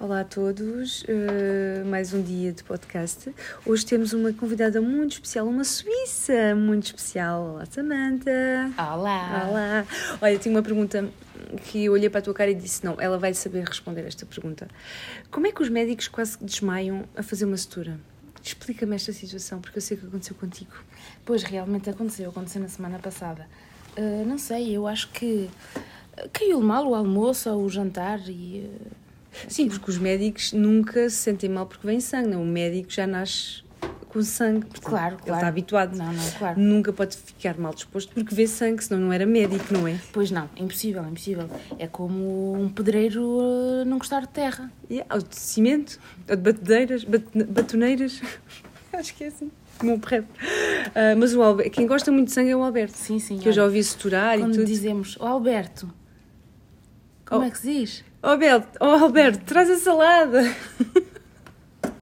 Olá a todos, uh, mais um dia de podcast. Hoje temos uma convidada muito especial, uma suíça muito especial. Olá, Samantha. Olá. Olá. Olha, tenho uma pergunta que eu olhei para a tua cara e disse: não, ela vai saber responder esta pergunta. Como é que os médicos quase que desmaiam a fazer uma sutura? Explica-me esta situação, porque eu sei que aconteceu contigo. Pois realmente aconteceu, aconteceu na semana passada. Ah, não sei, eu acho que ah, caiu mal o almoço ou o jantar e. ah, Sim, porque os médicos nunca se sentem mal porque vem sangue, não? é? O médico já nasce com sangue. portanto, Claro, Ele claro. está habituado. ah, Não, não, claro. Nunca pode ficar mal disposto porque vê sangue, senão não era médico, não é? Pois não, impossível, impossível. É como um pedreiro ah, não gostar de terra. E há o de cimento, ou de batedeiras, bate- batoneiras. Acho que é assim. Como um prep. Ah, mas o Alberto, quem gosta muito de sangue é o Alberto. Sim, sim. Que eu já olha, ouvi saturar e Quando tudo. dizemos, ó Alberto, como Oh. é que se diz? Oh, Alberto, oh, Alberto, traz a salada.